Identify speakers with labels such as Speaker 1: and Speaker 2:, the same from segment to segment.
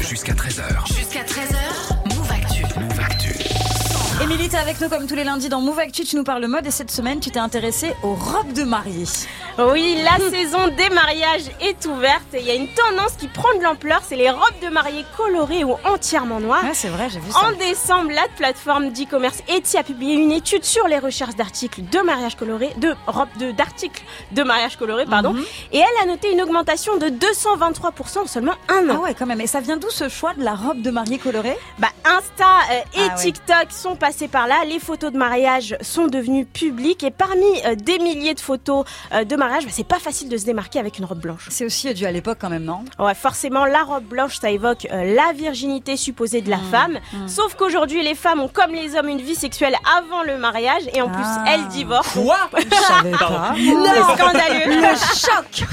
Speaker 1: Jusqu'à 13h.
Speaker 2: Jusqu'à 13h, Move Actu.
Speaker 1: Move Actu.
Speaker 3: Émilie, t'es avec nous comme tous les lundis dans Move Actu, tu nous parles mode et cette semaine tu t'es intéressée aux robes de mariée.
Speaker 4: Oui, la
Speaker 3: Hmm.
Speaker 4: saison des mariages est ouverte et il y a une tendance qui prend de l'ampleur, c'est les robes de mariée colorées ou entièrement noires.
Speaker 3: Ah, c'est vrai, j'ai vu
Speaker 4: En décembre, la plateforme d'e-commerce Etsy a publié une étude sur les recherches d'articles de mariage coloré, de robes de d'articles de mariage coloré, pardon,
Speaker 3: Mhm.
Speaker 4: et elle a noté une augmentation de 223% en seulement un an.
Speaker 3: Ah ouais quand même, et ça vient d'où ce choix de la robe de mariée colorée
Speaker 4: Bah, Insta euh, et
Speaker 3: Ah ouais.
Speaker 4: TikTok sont passés par là. Les photos de mariage sont devenues publiques et parmi euh, des milliers de photos euh, de mariage, bah, c'est pas facile de se démarquer avec une robe blanche.
Speaker 3: C'est aussi dû à l'époque quand même, non
Speaker 4: Ouais, forcément, la robe blanche, ça évoque euh, la virginité supposée de la
Speaker 3: Mmh,
Speaker 4: femme. Sauf qu'aujourd'hui, les femmes ont comme les hommes une vie sexuelle avant le mariage et en
Speaker 3: Ah.
Speaker 4: plus, elles divorcent.
Speaker 5: Quoi
Speaker 3: Je savais pas. Oh.
Speaker 4: C'est scandaleux.
Speaker 3: Le choc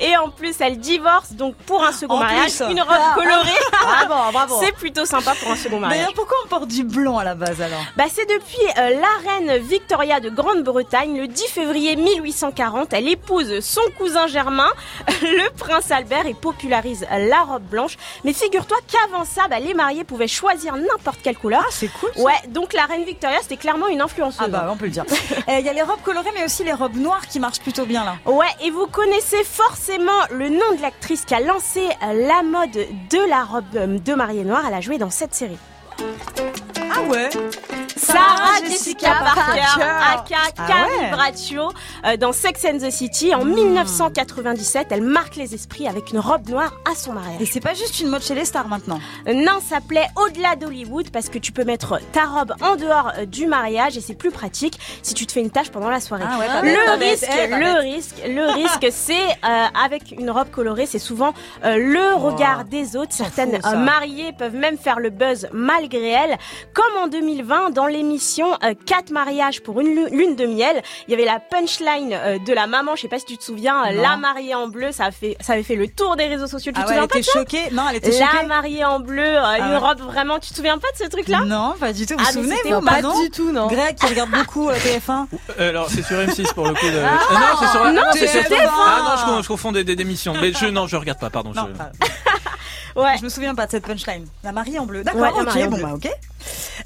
Speaker 4: Et en plus, elles divorcent. Donc, pour un second
Speaker 3: En
Speaker 4: mariage,
Speaker 3: plus. Ah.
Speaker 4: une robe colorée,
Speaker 3: Bravo, bravo
Speaker 4: c'est plutôt sympa pour un second mariage.
Speaker 3: D'ailleurs, pourquoi on porte du blanc à la base alors
Speaker 4: Bah, c'est depuis euh, la reine Victoria de Grande-Bretagne, le 10 février 1840, elle épouse son cousin Germain, le prince Albert, et popularise la robe blanche. Mais figure-toi qu'avant ça, bah, les mariés pouvaient choisir n'importe quelle couleur.
Speaker 3: Ah, c'est cool
Speaker 4: Ouais, donc la reine Victoria, c'était clairement une influenceuse. hein.
Speaker 3: Ah bah on peut le dire. Euh, Il y a les robes colorées mais aussi les robes noires qui marchent plutôt bien là.
Speaker 4: Ouais, et vous connaissez forcément le nom de l'actrice qui a lancé euh, la mode de la robe euh, de mariée noire. Elle a joué dans cette série.
Speaker 3: Ah ouais
Speaker 4: Sarah Jessica Parker, aka
Speaker 3: Ah
Speaker 4: Carrie
Speaker 3: ouais.
Speaker 4: Bradshaw, euh, dans Sex and the City. En 1997, elle marque les esprits avec une robe noire à son Euh,
Speaker 3: Et
Speaker 4: mariage.
Speaker 3: c'est pas juste une mode chez les stars maintenant.
Speaker 4: Nain s'appelait Au-delà d'Hollywood parce que tu peux mettre ta robe en dehors euh, du mariage et c'est plus pratique si tu te fais une tâche pendant la soirée.
Speaker 3: Ah ouais, pas bête, pas
Speaker 4: Le
Speaker 3: bête,
Speaker 4: risque,
Speaker 3: eh, pas
Speaker 4: le risque, le risque, c'est euh, avec une robe colorée, c'est souvent euh, le regard des autres. Certaines
Speaker 3: fou, ça.
Speaker 4: euh, mariées peuvent même faire le buzz malgré elles. Comme en 2020, dans l'émission euh, 4 mariages pour une lu- lune de miel, il y avait la punchline euh, de la maman, je sais pas si tu te souviens, euh,
Speaker 3: Non.
Speaker 4: la mariée en bleu, ça, a fait, ça avait fait le tour des réseaux sociaux. Tu
Speaker 3: Ah
Speaker 4: te
Speaker 3: ouais, elle
Speaker 4: souviens pas
Speaker 3: était
Speaker 4: de ça
Speaker 3: choquée. Non, elle était
Speaker 4: La
Speaker 3: choquée. Ah
Speaker 4: mariée en bleu, euh, une
Speaker 3: ouais.
Speaker 4: robe vraiment, tu te souviens pas de ce truc-là
Speaker 3: Non, pas du tout. Vous
Speaker 4: Ah, mais
Speaker 3: souvenez,
Speaker 4: c'était
Speaker 3: vous,
Speaker 4: pas
Speaker 3: pardon
Speaker 4: du tout, non.
Speaker 3: Greg qui regarde beaucoup euh, TF1.
Speaker 5: Euh, Alors c'est sur M6 pour le coup. De... Ah, non, c'est sur
Speaker 4: non,
Speaker 5: c'est sur
Speaker 3: TF1.
Speaker 5: Ah non, je, con- je confonds des, des démissions. Mais je non, je regarde pas. Pardon.
Speaker 3: Non,
Speaker 5: je-
Speaker 3: pas-
Speaker 4: Ouais.
Speaker 3: je me souviens pas de cette punchline. La mariée en bleu.
Speaker 4: Ouais,
Speaker 3: D'accord,
Speaker 4: la mariée
Speaker 3: ok,
Speaker 4: en
Speaker 3: bon
Speaker 4: bleu.
Speaker 3: bah ok.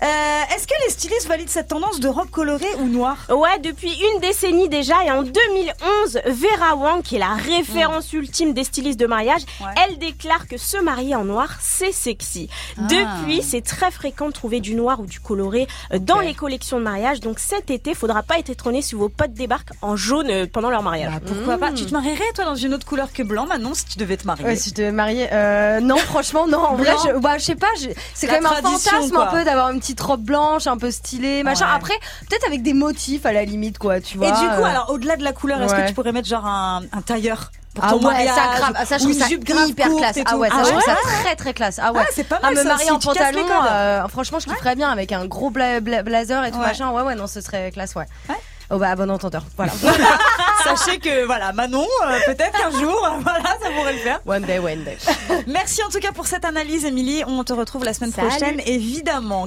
Speaker 3: Euh, Est-ce que les stylistes valident cette tendance de robe colorée ou noire
Speaker 4: Ouais, depuis une décennie déjà, et en 2011, Vera Wang, qui est la référence ultime des stylistes de mariage,
Speaker 3: Mm. Ouais.
Speaker 4: elle déclare que se marier en noir, c'est sexy.
Speaker 3: Ah.
Speaker 4: Depuis, c'est très fréquent de trouver du noir ou du coloré euh, dans les collections de mariage, donc cet été, faudra pas être étonné si vos potes débarquent en jaune euh, pendant leur mariage.
Speaker 3: Bah, Pourquoi pas Tu te marierais toi dans une autre couleur que blanc maintenant si tu devais te marier
Speaker 6: Hmm. Ouais, si je devais me marier, euh, non, franchement, non. En vrai,
Speaker 3: Blanc.
Speaker 6: je, bah, je sais pas, je- c'est
Speaker 3: La
Speaker 6: quand même un
Speaker 3: tradition,
Speaker 6: fantasme
Speaker 3: quoi.
Speaker 6: un peu d'avoir une petite robe blanche, un peu stylée, machin.
Speaker 3: Ouais.
Speaker 6: Après, peut-être avec des motifs à la limite, quoi, tu vois.
Speaker 3: Et du coup,
Speaker 6: euh.
Speaker 3: alors au-delà de la couleur, est-ce que
Speaker 6: ouais.
Speaker 3: tu pourrais mettre genre un, un tailleur pour
Speaker 6: Ah
Speaker 3: ton
Speaker 6: ouais,
Speaker 3: mariage
Speaker 6: ça grave. Ah, ça, je
Speaker 3: ou
Speaker 6: trouve
Speaker 3: une
Speaker 6: ça
Speaker 3: jupe grave
Speaker 6: hyper
Speaker 3: courte
Speaker 6: classe.
Speaker 3: et
Speaker 6: Ah
Speaker 3: tout.
Speaker 6: ouais, ça,
Speaker 3: Ah
Speaker 6: je trouve
Speaker 3: ouais
Speaker 6: ça très très classe. Ah ouais.
Speaker 3: Ah, c'est pas
Speaker 6: Ah,
Speaker 3: mal
Speaker 6: me
Speaker 3: ça
Speaker 6: marier
Speaker 3: aussi,
Speaker 6: en
Speaker 3: tu casses les
Speaker 6: pantalon,
Speaker 3: codes.
Speaker 6: euh, franchement, je kifferais bien avec un gros bla- bla- blazer et tout
Speaker 3: Ouais.
Speaker 6: machin. Ouais, ouais, non, ce serait classe, ouais.
Speaker 3: Ouais.
Speaker 6: Oh bah, à bon entendeur. Voilà.
Speaker 3: Sachez que voilà, Manon, euh, peut-être qu'un jour, euh, voilà, ça pourrait le faire.
Speaker 6: one day, one day.
Speaker 3: Merci en tout cas pour cette analyse, Émilie. On te retrouve la semaine
Speaker 6: Salut.
Speaker 3: prochaine, évidemment.